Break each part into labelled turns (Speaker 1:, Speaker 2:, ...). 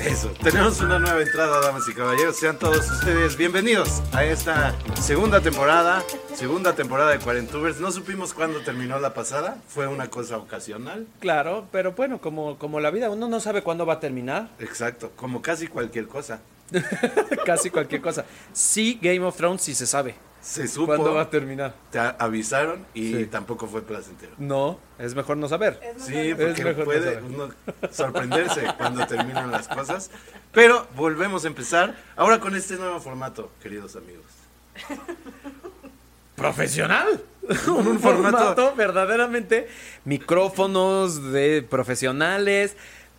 Speaker 1: Eso, tenemos una nueva entrada, damas y caballeros. Sean todos ustedes bienvenidos a esta segunda temporada, segunda temporada de Cuarentubers. No supimos cuándo terminó la pasada, fue una cosa ocasional.
Speaker 2: Claro, pero bueno, como, como la vida, uno no sabe cuándo va a terminar.
Speaker 1: Exacto, como casi cualquier cosa.
Speaker 2: Casi cualquier cosa. Sí, Game of Thrones sí se sabe.
Speaker 1: Se supo,
Speaker 2: ¿Cuándo va a terminar?
Speaker 1: te a- avisaron y
Speaker 2: Sí.
Speaker 1: tampoco fue placentero.
Speaker 2: No, es mejor no saber.
Speaker 1: Sí,
Speaker 2: Es
Speaker 1: porque
Speaker 2: mejor no
Speaker 1: puede
Speaker 2: saber.
Speaker 1: uno sorprenderse cuando terminan las cosas. Pero volvemos a empezar ahora con este nuevo formato, queridos amigos.
Speaker 2: ¿Profesional?
Speaker 1: Con
Speaker 2: Un formato verdaderamente micrófonos de profesionales.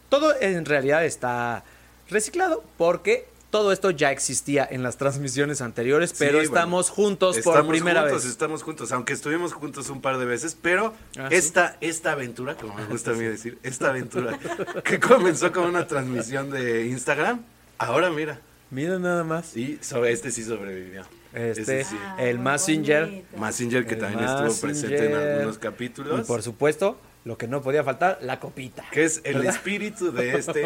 Speaker 2: Todo en realidad está reciclado porque todo esto ya existía en las transmisiones anteriores,
Speaker 1: Sí,
Speaker 2: pero
Speaker 1: bueno.
Speaker 2: estamos juntos por
Speaker 1: Estamos
Speaker 2: primera
Speaker 1: juntos,
Speaker 2: vez.
Speaker 1: Estamos juntos, aunque estuvimos juntos un par de veces, pero
Speaker 2: Ah, sí.
Speaker 1: esta, esta aventura, como me gusta a mí decir, esta aventura que comenzó con una transmisión de Instagram, ahora mira,
Speaker 2: Mira nada más.
Speaker 1: y sobre, este sí sobrevivió.
Speaker 2: Este,
Speaker 1: Este sí.
Speaker 2: el Messenger.
Speaker 1: Mazinger, que
Speaker 2: el
Speaker 1: también estuvo presente en
Speaker 2: Messenger.
Speaker 1: algunos
Speaker 2: Y
Speaker 1: capítulos,
Speaker 2: por supuesto, lo que no podía faltar, la copita.
Speaker 1: que es el espíritu de este,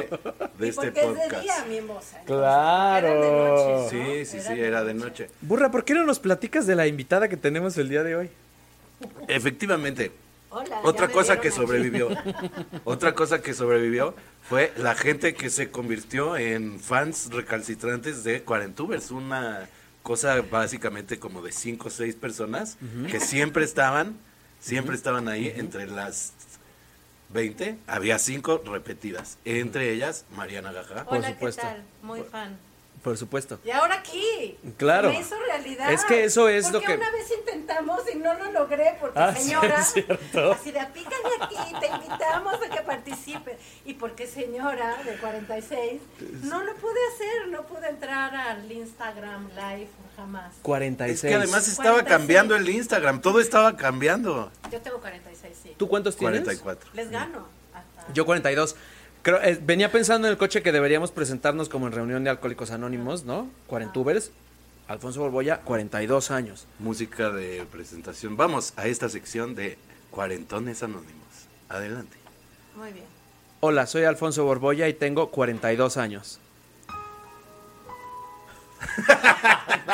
Speaker 1: de
Speaker 3: Y
Speaker 1: este
Speaker 3: porque es de día,
Speaker 1: podcast.
Speaker 3: mimosa.
Speaker 2: Claro.
Speaker 3: Eran de noche, ¿no?
Speaker 1: Sí, sí, sí, era de noche.
Speaker 2: Burra, ¿por qué no nos platicas de la invitada que tenemos el día de hoy?
Speaker 1: Efectivamente,
Speaker 3: Hola, ya
Speaker 1: Otra
Speaker 3: me
Speaker 1: cosa
Speaker 3: vieron
Speaker 1: que
Speaker 3: aquí.
Speaker 1: sobrevivió, otra cosa que sobrevivió fue la gente que se convirtió en fans recalcitrantes de Cuarentubers, una cosa básicamente como de cinco o seis personas que siempre estaban, siempre estaban ahí entre las 20, había cinco repetidas, entre ellas Mariana Gajá.
Speaker 2: Por
Speaker 3: Hola,
Speaker 2: supuesto.
Speaker 3: ¿qué tal? Muy fan.
Speaker 2: Por supuesto.
Speaker 3: Y ahora aquí.
Speaker 2: Claro.
Speaker 3: Me hizo realidad.
Speaker 2: Es que eso es lo
Speaker 3: Porque
Speaker 2: que-
Speaker 3: una vez intentamos y no lo logré porque
Speaker 2: Ah, sí,
Speaker 3: señora.
Speaker 2: es cierto.
Speaker 3: Así de pícale aquí, te invitamos a que participes. Y porque señora de 46, no lo pude hacer, no pude entrar al Instagram Live jamás.
Speaker 2: 46.
Speaker 1: Es que además estaba
Speaker 3: 46.
Speaker 1: cambiando el Instagram, todo estaba cambiando.
Speaker 3: Yo tengo 46, sí.
Speaker 2: ¿Tú cuántos tienes?
Speaker 1: 44.
Speaker 3: Les gano. hasta-
Speaker 2: Yo 42. Creo, eh, venía pensando en el coche que deberíamos presentarnos como en reunión de Alcohólicos Anónimos, ¿no? Cuarentubers. Alfonso Borboya, 42 años.
Speaker 1: Música de presentación. Vamos a esta sección de Cuarentones Anónimos. Adelante.
Speaker 3: Muy bien.
Speaker 2: Hola, soy Alfonso Borboya y tengo 42 años.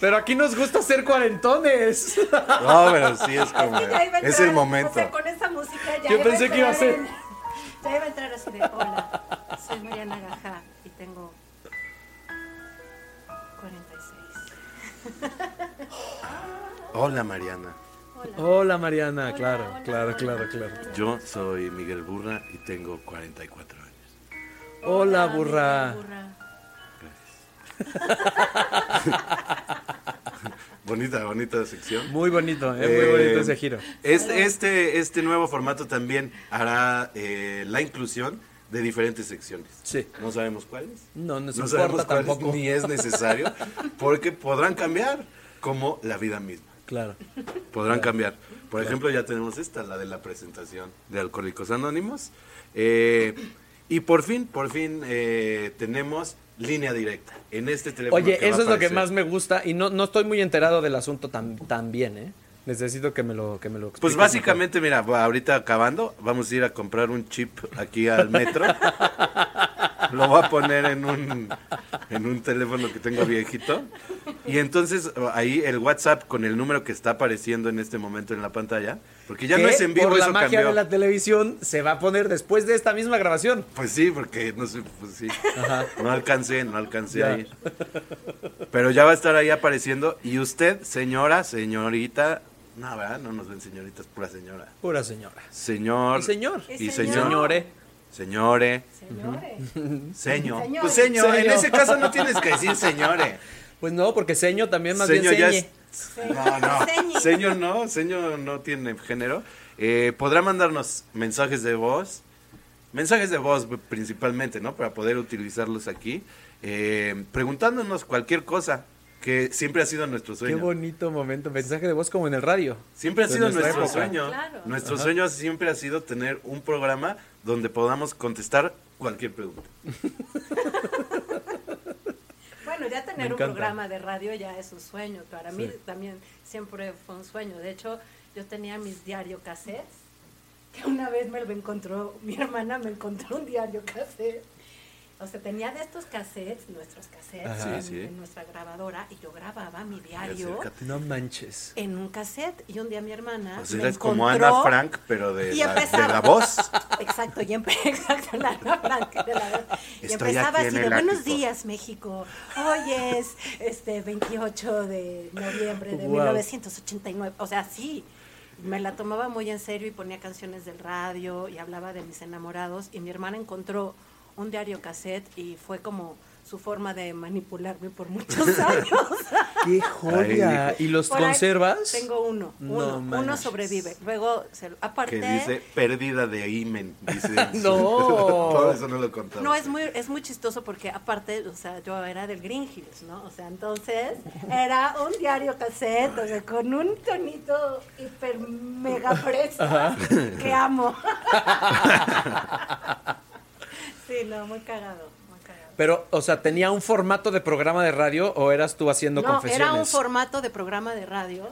Speaker 2: Pero aquí nos gusta ser cuarentones.
Speaker 1: No, pero sí es
Speaker 3: Es
Speaker 1: como.
Speaker 3: que ya iba a
Speaker 1: Es
Speaker 3: entrar,
Speaker 1: el momento.
Speaker 3: O sea, con esa música ya
Speaker 2: Yo
Speaker 3: iba
Speaker 2: pensé
Speaker 3: a
Speaker 2: que iba a
Speaker 3: entrar
Speaker 2: ser-
Speaker 3: en- ya iba a entrar así de: Hola, soy Mariana Gajá y tengo 46.
Speaker 1: Hola, Mariana.
Speaker 3: Hola.
Speaker 2: Hola Mariana,
Speaker 3: Hola,
Speaker 2: claro,
Speaker 3: hola,
Speaker 2: claro,
Speaker 3: hola.
Speaker 2: claro, claro.
Speaker 1: Yo soy Miguel Burra y tengo 44 años.
Speaker 2: Hola
Speaker 3: mi
Speaker 2: burra.
Speaker 3: burra.
Speaker 1: Bonita, bonita sección.
Speaker 2: Muy bonito, ¿eh? muy bonito
Speaker 1: Eh,
Speaker 2: ese giro.
Speaker 1: Este, este, este nuevo formato también hará eh, la inclusión de diferentes secciones.
Speaker 2: Sí.
Speaker 1: No sabemos cuáles.
Speaker 2: No nos
Speaker 1: no
Speaker 2: importa
Speaker 1: sabemos cuáles,
Speaker 2: tampoco.
Speaker 1: ni es necesario, porque podrán cambiar como la vida misma.
Speaker 2: Claro.
Speaker 1: Podrán cambiar. Por ejemplo, ya tenemos esta, la de la presentación de Alcohólicos Anónimos. Eh, y por fin, por fin eh, tenemos línea directa en este teléfono.
Speaker 2: Oye,
Speaker 1: va a
Speaker 2: eso es lo que
Speaker 1: aparecer.
Speaker 2: más me gusta y no, no estoy muy enterado del asunto tan, tan bien, ¿eh? Necesito que me lo, que me lo
Speaker 1: Pues
Speaker 2: expliques
Speaker 1: básicamente, mira, va- ahorita acabando, vamos a ir a comprar un chip aquí al metro. Lo voy a poner en un, en un teléfono que tengo viejito. Y entonces ahí el WhatsApp con el número que está apareciendo en este momento en la pantalla. Porque ya no
Speaker 2: mejor. Que
Speaker 1: es en vivo,
Speaker 2: Por la
Speaker 1: eso
Speaker 2: magia
Speaker 1: cambió.
Speaker 2: de la televisión se va a poner después de esta misma grabación.
Speaker 1: Pues sí, porque no sé, pues sí. No alcancé, no alcancé
Speaker 2: Ya.
Speaker 1: ahí. Pero ya va a estar ahí apareciendo. Y usted, señora, señorita. No, ¿verdad? No nos ven señoritas, pura señora.
Speaker 2: Pura señora.
Speaker 1: Señor.
Speaker 2: Y señor.
Speaker 1: Y
Speaker 3: Y
Speaker 1: señor.
Speaker 3: señor.
Speaker 2: Señore.
Speaker 1: Señore.
Speaker 3: Señores.
Speaker 1: Seño.
Speaker 3: Señor.
Speaker 1: Pues señor, en
Speaker 2: Señor.
Speaker 1: ese caso no tienes que decir señore.
Speaker 2: Pues no, porque seño también más
Speaker 1: seño
Speaker 2: bien
Speaker 1: ya
Speaker 2: señe.
Speaker 1: es No, no.
Speaker 3: Señi.
Speaker 1: Señor no, señor no tiene género. Eh, podrá mandarnos mensajes de voz, mensajes de voz principalmente, ¿no? Para poder utilizarlos aquí, eh, preguntándonos cualquier cosa, que siempre ha sido nuestro
Speaker 2: Qué
Speaker 1: sueño.
Speaker 2: bonito momento. Mensaje de voz como en el radio.
Speaker 1: Siempre ha
Speaker 2: De
Speaker 1: sido
Speaker 2: nuestra
Speaker 1: nuestro
Speaker 2: época.
Speaker 1: sueño.
Speaker 3: Claro.
Speaker 1: Nuestro sueño siempre ha sido tener un programa donde podamos contestar cualquier pregunta.
Speaker 3: Bueno, ya tener un
Speaker 2: encanta.
Speaker 3: programa de radio ya es un sueño. Para mí
Speaker 2: Sí.
Speaker 3: también siempre fue un sueño. De hecho, yo tenía mis diario cassettes, que una vez me lo encontró, mi hermana me encontró un diario cassette. O sea, tenía de estos cassettes, nuestros cassettes,
Speaker 1: Ajá.
Speaker 3: en,
Speaker 1: Sí, sí.
Speaker 3: en nuestra grabadora, y yo grababa mi diario
Speaker 1: acércate.
Speaker 2: No manches.
Speaker 3: en un cassette. Y un día mi hermana.
Speaker 1: O sea,
Speaker 3: me
Speaker 1: eres Pues como
Speaker 3: Ah, encontró-
Speaker 1: Ana Frank, pero de,
Speaker 3: y
Speaker 1: la, de
Speaker 3: empezaba.
Speaker 1: la voz.
Speaker 3: Exacto, y empe- exacto, la Ana Frank de la voz. Y
Speaker 1: Estoy
Speaker 3: empezaba
Speaker 1: aquí
Speaker 3: así
Speaker 1: en
Speaker 3: de
Speaker 1: el
Speaker 3: buenos
Speaker 1: ático".
Speaker 3: días, México. Hoy es este 28 de noviembre de
Speaker 2: Wow.
Speaker 3: 1989. O sea, sí. Me la tomaba muy en serio y ponía canciones del radio y hablaba de mis enamorados. Y mi hermana encontró un diario cassette y fue como su forma de manipularme por muchos años.
Speaker 2: ¡Qué joya!
Speaker 1: Ahí
Speaker 2: ¿Y los
Speaker 3: Por ahí
Speaker 2: conservas?
Speaker 3: Tengo uno,
Speaker 2: No
Speaker 3: uno, uno
Speaker 2: manches.
Speaker 3: sobrevive. Luego, se lo- aparte...
Speaker 1: Que dice pérdida de imen. Dice,
Speaker 2: No.
Speaker 1: Todo eso no lo contamos.
Speaker 3: No, es muy, es muy chistoso porque aparte, o sea, yo era del Green Hills, ¿no? O sea, entonces era un diario cassette, o sea, con un tonito hiper mega fresa que amo. sí, no, muy cagado, muy cagado.
Speaker 2: Pero, o sea, ¿tenía un formato de programa de radio o eras tú haciendo
Speaker 3: no,
Speaker 2: confesiones?
Speaker 3: era un formato de programa de radio,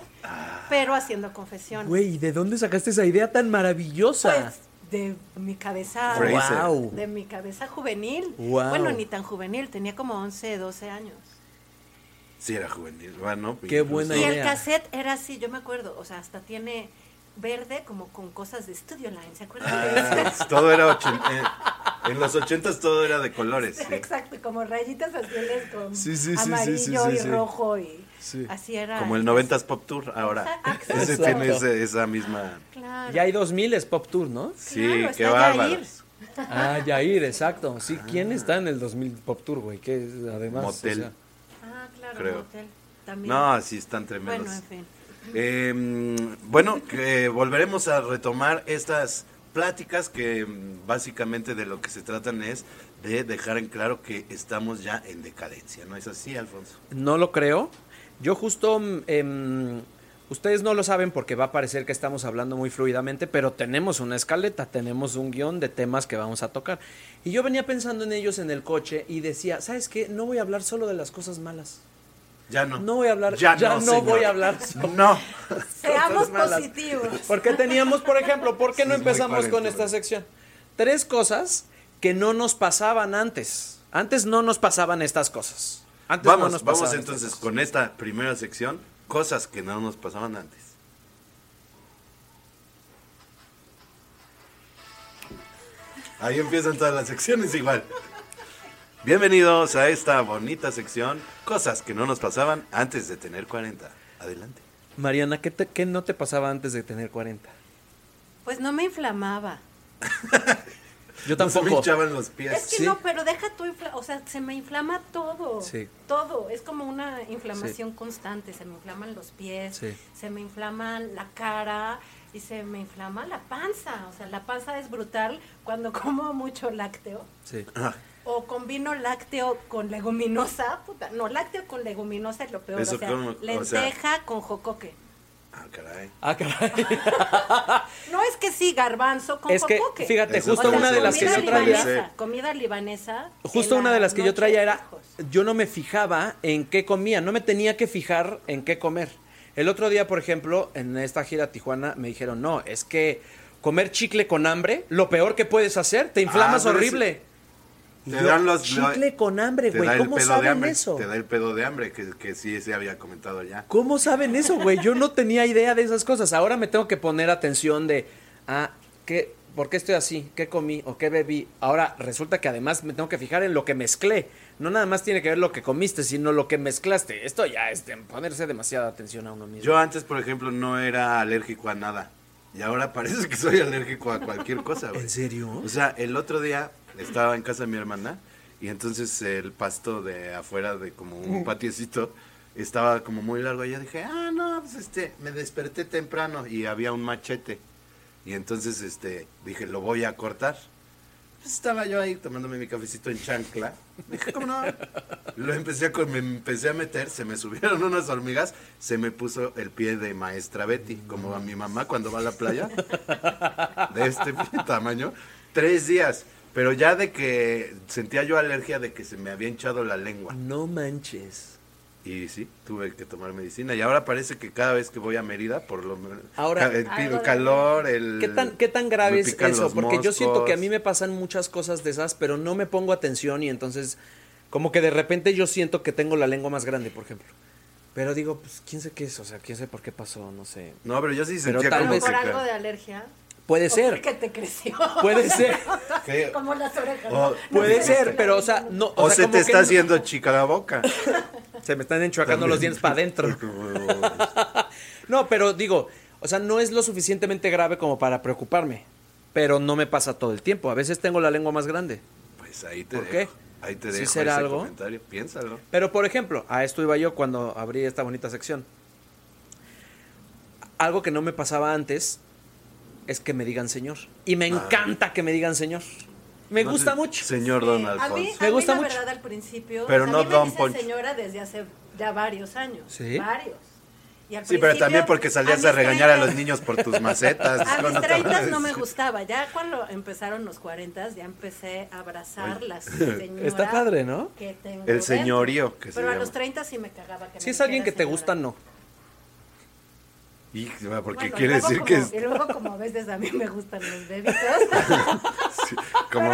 Speaker 3: pero haciendo confesiones.
Speaker 2: Güey, ¿de dónde sacaste esa idea tan maravillosa?
Speaker 3: Pues, de mi cabeza,
Speaker 1: Fraser.
Speaker 2: Wow.
Speaker 3: de mi cabeza juvenil.
Speaker 2: Wow.
Speaker 3: Bueno, ni tan juvenil, tenía como 11, 12 años.
Speaker 1: Sí, era juvenil. Bueno, pues,
Speaker 2: Qué buena
Speaker 3: Y
Speaker 1: incluso-
Speaker 3: el
Speaker 2: idea.
Speaker 3: cassette era así, yo me acuerdo, o sea, hasta tiene verde como con cosas de Studio Line, ¿se acuerdan de eso?
Speaker 1: Ah, todo era ochen- eh, en los ochentas todo era de colores. sí.
Speaker 3: Exacto, como rayitas azules con
Speaker 2: Sí, sí, sí, sí,
Speaker 3: amarillo
Speaker 2: sí,
Speaker 3: y
Speaker 2: sí.
Speaker 3: rojo y
Speaker 2: Sí.
Speaker 3: así era.
Speaker 1: Como el 90s Pop Tour ahora.
Speaker 3: Exacto.
Speaker 1: Ese tiene ese- esa misma.
Speaker 3: Claro.
Speaker 2: Ya hay 2000 es Pop Tour, ¿no?
Speaker 1: Sí,
Speaker 3: Claro,
Speaker 1: qué
Speaker 3: está
Speaker 1: bárbaro.
Speaker 3: Yair.
Speaker 2: Ah, Yair, exacto. Sí, ¿quién está en el 2000 Pop Tour, güey? Que además.
Speaker 1: Ah. Motel.
Speaker 3: Ah, claro,
Speaker 1: Creo.
Speaker 3: Motel también.
Speaker 1: No, sí, están
Speaker 3: bueno,
Speaker 1: tremendos.
Speaker 3: en fin.
Speaker 1: Eh, mm, bueno, que volveremos a retomar estas pláticas que mm, básicamente de lo que se tratan es de dejar en claro que estamos ya en decadencia, ¿no es así, Alfonso?
Speaker 2: No lo creo. Yo justo... mm, em, ustedes no lo saben porque va a parecer que estamos hablando muy fluidamente, pero tenemos una escaleta, tenemos un guión de temas que vamos a tocar. Y yo venía pensando en ellos en el coche y decía, ¿sabes qué? No voy a hablar solo de las cosas malas.
Speaker 1: Ya no.
Speaker 2: No voy a hablar- ya no
Speaker 1: señor.
Speaker 2: voy a hablar solo.
Speaker 1: No.
Speaker 3: Seamos
Speaker 2: malas.
Speaker 3: positivos.
Speaker 2: Porque teníamos, por ejemplo, ¿por qué no
Speaker 1: Es muy
Speaker 2: empezamos con
Speaker 1: cuarentena.
Speaker 2: esta sección? Tres cosas que no nos pasaban antes. Antes no nos pasaban estas cosas. Antes no
Speaker 1: Vamos,
Speaker 2: nos
Speaker 1: vamos
Speaker 2: pasaban estas
Speaker 1: entonces
Speaker 2: cosas.
Speaker 1: con esta primera sección, cosas que no nos pasaban antes. Ahí empiezan todas las secciones igual. Bienvenidos a esta bonita sección, cosas que no nos pasaban antes de tener 40. Adelante.
Speaker 2: Mariana, ¿qué, te- ¿qué no te pasaba antes de tener 40?
Speaker 3: Pues no me inflamaba.
Speaker 2: Yo
Speaker 1: No se me
Speaker 2: tampoco.
Speaker 1: hinchaban los
Speaker 3: Es
Speaker 1: pies.
Speaker 3: que
Speaker 2: Sí.
Speaker 3: no, pero deja tu infla- o sea, se me inflama todo.
Speaker 2: Sí.
Speaker 3: Todo, es como una inflamación constante, se me inflaman los pies,
Speaker 2: Sí.
Speaker 3: se me inflama la cara y se me inflama la panza, o sea, la panza es brutal cuando como mucho lácteo
Speaker 2: Sí.
Speaker 1: Ah,
Speaker 3: o combino lácteo con leguminosa, puta, no, lácteo con leguminosa es lo peor,
Speaker 1: Eso
Speaker 3: o sea,
Speaker 1: como- o
Speaker 3: lenteja
Speaker 1: sea-
Speaker 3: con jocoque.
Speaker 1: ah, caray.
Speaker 2: Ah, caray.
Speaker 3: No es que sí, garbanzo con
Speaker 2: Es que,
Speaker 3: jocoque.
Speaker 2: fíjate,
Speaker 1: Eso
Speaker 2: justo
Speaker 1: sí
Speaker 2: una
Speaker 1: se
Speaker 2: de las que
Speaker 3: comida
Speaker 2: yo traía.
Speaker 3: libanesa, Comida libanesa.
Speaker 2: Justo
Speaker 3: en
Speaker 2: una
Speaker 3: la
Speaker 2: de las que yo
Speaker 3: noche,
Speaker 2: traía era,
Speaker 3: hijos.
Speaker 2: yo no me fijaba en qué comía, no me tenía que fijar en qué comer. El otro día, por ejemplo, en esta gira a Tijuana me dijeron, no, es que comer chicle con hambre, lo peor que puedes hacer, te inflamas
Speaker 1: Ah, pero
Speaker 2: horrible.
Speaker 1: Te
Speaker 2: Y yo,
Speaker 1: dan los-
Speaker 2: chicle con hambre,
Speaker 1: Te da
Speaker 2: güey,
Speaker 1: el
Speaker 2: ¿cómo
Speaker 1: pedo de
Speaker 2: saben
Speaker 1: hambre.
Speaker 2: eso?
Speaker 1: Te da el pedo de hambre, que, que sí se había comentado ya.
Speaker 2: ¿Cómo saben eso, güey? Yo no tenía idea de esas cosas. Ahora me tengo que poner atención de, ah, ¿qué, ¿por qué estoy así? ¿Qué comí o qué bebí? Ahora resulta que además me tengo que fijar en lo que mezclé. No nada más tiene que ver lo que comiste, sino lo que mezclaste. Esto ya es de ponerse demasiada atención a uno mismo.
Speaker 1: Yo antes, por ejemplo, no era alérgico a nada. Y ahora parece que soy alérgico a cualquier cosa, güey.
Speaker 2: ¿En serio?
Speaker 1: O sea, el otro día estaba
Speaker 2: Mm.
Speaker 1: en casa de mi hermana y entonces el pasto de afuera de como un patiecito estaba como muy largo. Y yo dije, ah, no, pues este, me desperté temprano y había un machete. Y entonces este, dije, lo voy a cortar. Pues estaba yo ahí tomándome mi cafecito en chancla. Dije, ¿cómo no? Lo empecé a, co- me empecé a meter, se me subieron unas hormigas, se me puso el pie de maestra Betty, como a mi mamá cuando va a la playa, de este tamaño. Tres días, pero ya de que sentía yo alergia de que se me había hinchado la lengua.
Speaker 2: No manches.
Speaker 1: Y sí, tuve que tomar medicina. Y ahora parece que cada vez que voy a Mérida, por lo menos.
Speaker 2: Ahora-
Speaker 1: ca- el,
Speaker 3: Algo de-
Speaker 1: calor, el.
Speaker 2: ¿Qué tan, qué tan grave
Speaker 1: me
Speaker 2: es
Speaker 1: pican
Speaker 2: eso?
Speaker 1: los
Speaker 2: Porque yo siento que a
Speaker 1: moscos.
Speaker 2: mí me pasan muchas cosas de esas, pero no me pongo atención y entonces como que de repente yo siento que tengo la lengua más grande, por ejemplo. Pero digo, pues quién sé qué es, o sea, quién sé por qué pasó, no sé.
Speaker 1: No, pero yo sí
Speaker 2: Pero
Speaker 1: sentía
Speaker 2: tal
Speaker 3: Pero
Speaker 1: como
Speaker 2: vez-
Speaker 3: por
Speaker 1: que
Speaker 3: algo
Speaker 1: ca-
Speaker 3: de alergia.
Speaker 2: Puede
Speaker 3: o
Speaker 2: ser.
Speaker 3: Porque te creció.
Speaker 2: Puede ser.
Speaker 1: que-
Speaker 3: Como las orejas.
Speaker 1: O-
Speaker 3: ¿no?
Speaker 2: Puede
Speaker 3: No,
Speaker 2: ser,
Speaker 3: no,
Speaker 2: pero
Speaker 3: no,
Speaker 2: o sea,
Speaker 3: no, no.
Speaker 2: no.
Speaker 1: O,
Speaker 2: sea,
Speaker 1: se
Speaker 2: como
Speaker 1: te
Speaker 2: que
Speaker 1: está
Speaker 2: no-
Speaker 1: haciendo chica la boca.
Speaker 2: Se me están enchuacando los dientes para adentro. No, pero digo, o sea, no es lo suficientemente grave como para preocuparme. Pero no me pasa todo el tiempo. A veces tengo la lengua más grande.
Speaker 1: Pues ahí te
Speaker 2: ¿Por
Speaker 1: dejo.
Speaker 2: qué?
Speaker 1: Ahí te
Speaker 2: ¿Sí
Speaker 1: dejo
Speaker 2: será
Speaker 1: ese
Speaker 2: algo?
Speaker 1: comentario. Piénsalo.
Speaker 2: Pero por ejemplo, a esto iba yo cuando abrí esta bonita sección. Algo que no me pasaba antes es que me digan señor. Y me encanta que me digan señor. Me
Speaker 1: Ah. No
Speaker 2: gusta
Speaker 1: sé,
Speaker 2: mucho.
Speaker 1: Señor
Speaker 3: Sí,
Speaker 1: Don
Speaker 3: a
Speaker 1: Alfonso.
Speaker 3: mí,
Speaker 2: Me
Speaker 3: a
Speaker 2: gusta
Speaker 3: mí, la
Speaker 2: mucho.
Speaker 3: verdad, al principio.
Speaker 1: Pero
Speaker 3: o sea,
Speaker 1: no
Speaker 3: a mí me
Speaker 1: Don
Speaker 3: dicen
Speaker 1: Poncho.
Speaker 3: señora desde hace ya varios años.
Speaker 2: ¿Sí?
Speaker 3: Varios. Y al
Speaker 1: Sí, pero
Speaker 3: principio,
Speaker 1: también porque salías a
Speaker 3: mis
Speaker 1: regañar a
Speaker 3: 30,
Speaker 1: los niños por tus macetas.
Speaker 3: A
Speaker 1: ¿cómo
Speaker 3: mis
Speaker 1: no te
Speaker 3: 30
Speaker 1: vas a
Speaker 3: no me
Speaker 1: decir?
Speaker 3: gustaba. Ya cuando empezaron los 40 ya empecé a abrazar
Speaker 1: Oye.
Speaker 3: las señoras.
Speaker 2: Está padre, ¿no?
Speaker 3: Que tengo
Speaker 1: El señorío, que se
Speaker 3: dentro. Pero a
Speaker 1: llama.
Speaker 3: los 30 sí me cagaba. Que
Speaker 2: Si es alguien que te gusta,
Speaker 3: gusta
Speaker 2: no.
Speaker 1: Y, porque
Speaker 3: Bueno, y
Speaker 1: quiere
Speaker 3: luego
Speaker 1: decir que
Speaker 3: como-
Speaker 1: es
Speaker 3: Y luego, como a veces a mí me gustan los bebitos.
Speaker 1: sí, como.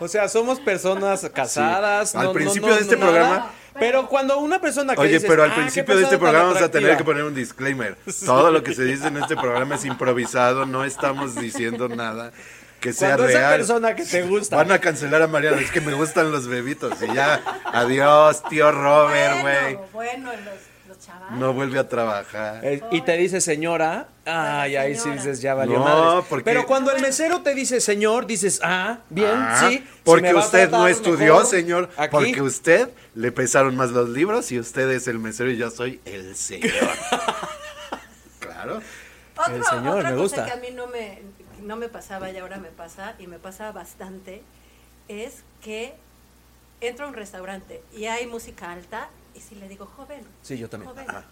Speaker 2: O sea, somos personas casadas.
Speaker 1: Al
Speaker 2: no- no-
Speaker 1: principio
Speaker 2: no-
Speaker 1: de este
Speaker 2: no-
Speaker 1: programa-
Speaker 2: nada. Pero cuando una persona que
Speaker 1: Oye,
Speaker 2: dices,
Speaker 1: pero al
Speaker 2: "Ah, qué
Speaker 1: principio de este
Speaker 2: persona tan
Speaker 1: programa vamos a tener que
Speaker 2: atractiva".
Speaker 1: poner un disclaimer. Todo lo que se dice en este programa es improvisado, no estamos diciendo nada que sea
Speaker 2: Cuando esa
Speaker 1: real.
Speaker 2: persona que te gusta.
Speaker 1: Van a cancelar a Mariana, es que me gustan los bebitos. Y ya, adiós, tío Robert, güey.
Speaker 3: Bueno, bueno, los, los chavales.
Speaker 1: No vuelve a trabajar.
Speaker 2: Eh, y te dice señora, ay, ahí sí
Speaker 3: señora.
Speaker 2: dices ya valió
Speaker 1: No,
Speaker 2: madres.
Speaker 1: porque-
Speaker 2: Pero cuando el mesero te dice señor, dices ah, bien,
Speaker 1: Ah,
Speaker 2: sí.
Speaker 1: Porque
Speaker 2: si me va a
Speaker 1: usted no
Speaker 2: tratar
Speaker 1: estudió,
Speaker 2: mejor
Speaker 1: señor.
Speaker 2: aquí".
Speaker 1: Porque usted le pesaron más los libros y usted es el mesero y yo soy el señor. claro.
Speaker 3: Otro,
Speaker 2: El señor,
Speaker 3: otra
Speaker 2: me
Speaker 3: cosa
Speaker 2: gusta.
Speaker 3: que a mí no me, no me pasaba y ahora me pasa, y me pasa bastante, es que entro a un restaurante y hay música alta, y si le digo, joven,
Speaker 2: Sí, yo también.
Speaker 3: joven,
Speaker 2: Ajá.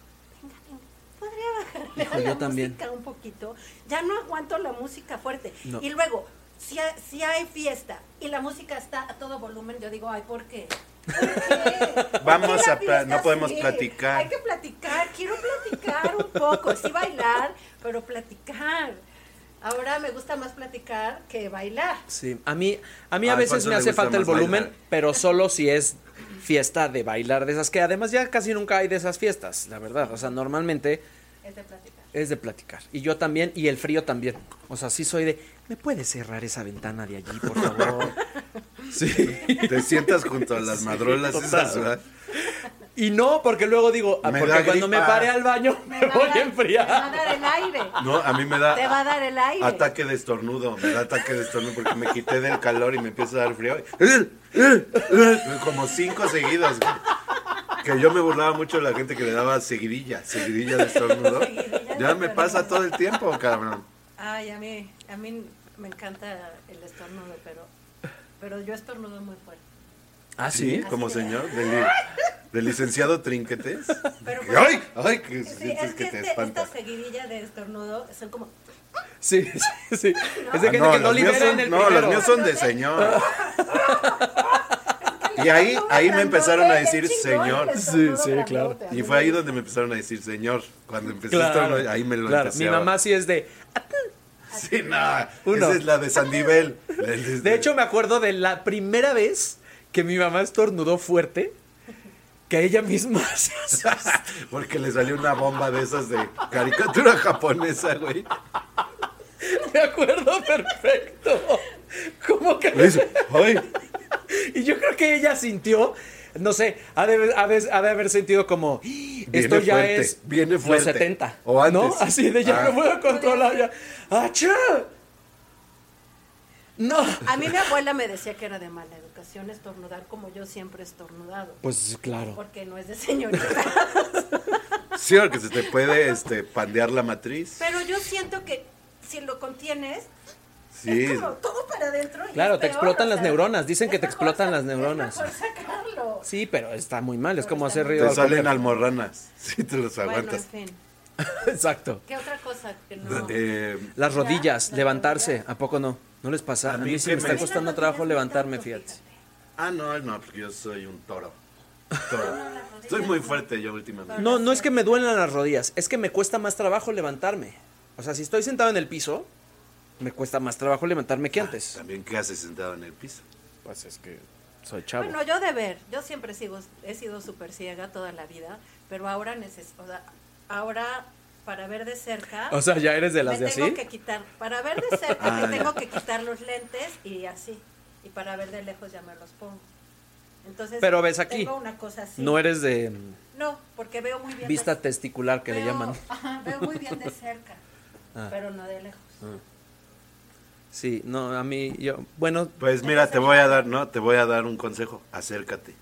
Speaker 3: venga, venga, podría bajarle
Speaker 2: Hijo,
Speaker 3: a la
Speaker 2: yo también.
Speaker 3: música un poquito, ya no aguanto la música fuerte.
Speaker 2: No.
Speaker 3: Y luego, si, ha- si hay fiesta y la música está a todo volumen, yo digo, ay, ¿por qué? ¿Por qué?
Speaker 1: Vamos
Speaker 3: ¿Por qué la
Speaker 1: a pla-
Speaker 3: fiesta
Speaker 1: no podemos
Speaker 3: así?
Speaker 1: platicar.
Speaker 3: Hay que platicar, quiero platicar un poco, sí bailar, pero platicar. Ahora me gusta más platicar que bailar.
Speaker 2: Sí, a mí, a mí a
Speaker 1: A
Speaker 2: veces
Speaker 1: Alfonso
Speaker 2: me
Speaker 1: le
Speaker 2: hace
Speaker 1: gusta
Speaker 2: falta el
Speaker 1: más
Speaker 2: volumen,
Speaker 1: bailar.
Speaker 2: pero solo si es fiesta de bailar de esas que además ya casi nunca hay de esas fiestas, la verdad. O sea, normalmente
Speaker 3: Es de platicar.
Speaker 2: es de platicar. Y yo también, y el frío también. O sea, sí soy de, ¿me puedes cerrar esa ventana de allí, por favor? sí.
Speaker 1: Te sientas junto a las madrolas esas, ¿verdad?
Speaker 2: Y no, porque luego digo, ah,
Speaker 1: Me
Speaker 2: porque
Speaker 1: da
Speaker 2: cuando me
Speaker 1: gripa.
Speaker 2: pare al baño me
Speaker 3: va
Speaker 2: voy
Speaker 3: dar-
Speaker 2: a
Speaker 3: Te va a
Speaker 2: enfriar.
Speaker 3: dar el aire.
Speaker 1: No, a mí me da
Speaker 3: Te va a dar el aire.
Speaker 1: ataque de estornudo, me da ataque de estornudo porque me quité del calor y me empieza a dar frío. Como cinco seguidos. güey. Que yo me burlaba mucho de la gente que le daba seguidilla, seguidilla de estornudo.
Speaker 3: Seguidilla de
Speaker 1: Ya me
Speaker 3: estornudo.
Speaker 1: pasa todo el tiempo, cabrón.
Speaker 3: Ay, a mí, a mí me encanta el estornudo, pero, pero yo estornudo muy fuerte.
Speaker 2: Ah,
Speaker 1: Sí, como señor de, li- de licenciado Trinquetes.
Speaker 3: Pero
Speaker 1: Que, ¡Ay! ¡Ay! Que
Speaker 3: Sí,
Speaker 1: sientes
Speaker 3: es
Speaker 1: que
Speaker 3: que
Speaker 1: te
Speaker 3: este- esta
Speaker 1: espanta.
Speaker 3: seguidilla de estornudo son como,
Speaker 2: Sí, sí, sí. Es de
Speaker 1: Ah,
Speaker 2: gente
Speaker 1: no,
Speaker 2: que no
Speaker 1: los míos
Speaker 2: libera en
Speaker 1: son,
Speaker 2: el
Speaker 1: no, los
Speaker 2: primero.
Speaker 1: míos son de señor. Y ahí, ahí me empezaron a decir señor.
Speaker 3: Sí,
Speaker 2: sí, claro.
Speaker 1: Y fue ahí donde me empezaron a decir señor. Cuando empecé
Speaker 2: Claro,
Speaker 1: esto, ahí me lo
Speaker 2: claro. Mi
Speaker 1: empecé a-
Speaker 2: mamá sí es de...
Speaker 1: Sí, no.
Speaker 2: Uno.
Speaker 1: Esa es la de Sandivel. La-
Speaker 2: De hecho, me acuerdo de la primera vez que mi mamá estornudó fuerte, que ella misma se asustó.
Speaker 1: porque le salió una bomba de esas de caricatura japonesa, güey.
Speaker 2: Me acuerdo perfecto. Como que...
Speaker 1: Le dice, ¡ay!
Speaker 2: Y yo creo que ella sintió, no sé, ha de, ha de- ha de haber sentido como, "Ah, esto ya
Speaker 1: fuerte,
Speaker 2: es
Speaker 1: viene
Speaker 2: los
Speaker 1: fuerte.
Speaker 2: 70.
Speaker 1: O antes.
Speaker 2: ¿no? Así de ya
Speaker 1: Ah.
Speaker 2: no puedo controlar, ya. ¡Achá! No.
Speaker 3: A mí mi abuela me decía que era de mala educación estornudar como yo siempre he estornudado.
Speaker 2: Pues claro.
Speaker 3: Porque no es de señorita.
Speaker 1: Sí, porque se te puede este, pandear la matriz.
Speaker 3: Pero yo siento que si lo contienes,
Speaker 1: Sí.
Speaker 3: es como todo para adentro. y
Speaker 2: Claro,
Speaker 3: es
Speaker 2: te
Speaker 3: peor,
Speaker 2: explotan
Speaker 3: o
Speaker 2: las
Speaker 3: sea,
Speaker 2: neuronas, dicen que
Speaker 3: es
Speaker 2: te
Speaker 3: mejor
Speaker 2: explotan
Speaker 3: sa-
Speaker 2: las neuronas.
Speaker 3: Es mejor sacarlo.
Speaker 2: Sí, pero está muy mal, es como
Speaker 3: Está
Speaker 2: hacer
Speaker 3: muy
Speaker 2: ruido.
Speaker 1: Te
Speaker 2: al
Speaker 1: salen
Speaker 2: comer.
Speaker 1: almorranas. Sí, te los
Speaker 3: este, Bueno, en
Speaker 1: aguantas.
Speaker 3: fin.
Speaker 2: Exacto.
Speaker 3: ¿Qué otra cosa que no?
Speaker 1: Eh,
Speaker 2: Las rodillas,
Speaker 3: las
Speaker 2: levantarse, ¿a poco no? ¿No les pasa? A
Speaker 1: A
Speaker 2: mí
Speaker 1: mí
Speaker 2: sí
Speaker 1: que
Speaker 2: me está
Speaker 1: me-
Speaker 2: costando trabajo levantarme, fíjate.
Speaker 1: ah, no, no, porque yo soy un toro. Toro. Soy muy fuerte yo últimamente.
Speaker 2: No, no es que me duelen las rodillas, es que me cuesta más trabajo levantarme. O sea, si estoy sentado en el piso, me cuesta más trabajo levantarme que antes.
Speaker 1: También, ¿qué haces sentado en el piso?
Speaker 2: Ah, Pues es que soy chavo.
Speaker 3: Bueno, yo de ver, yo siempre sigo, he sido súper ciega toda la vida, pero ahora neces o sea, ahora para ver de cerca.
Speaker 2: O sea, ya eres de las
Speaker 3: me
Speaker 2: de
Speaker 3: tengo
Speaker 2: así.
Speaker 3: que quitar, para ver de cerca
Speaker 1: Ah,
Speaker 3: me
Speaker 1: ya.
Speaker 3: tengo que quitar los lentes y así. Y para ver de lejos ya me los pongo. Entonces,
Speaker 2: Pero ves aquí.
Speaker 3: tengo una cosa así.
Speaker 2: No eres de mm,
Speaker 3: No, porque veo muy bien.
Speaker 2: vista
Speaker 3: de-
Speaker 2: testicular que le
Speaker 3: veo-
Speaker 2: llaman.
Speaker 3: Ajá, veo muy bien de cerca,
Speaker 2: Ah.
Speaker 3: pero no de lejos.
Speaker 2: Sí, no, a mí yo, bueno,
Speaker 1: Pues mira, te voy a dar, ¿no? Te voy a dar un consejo. Acércate.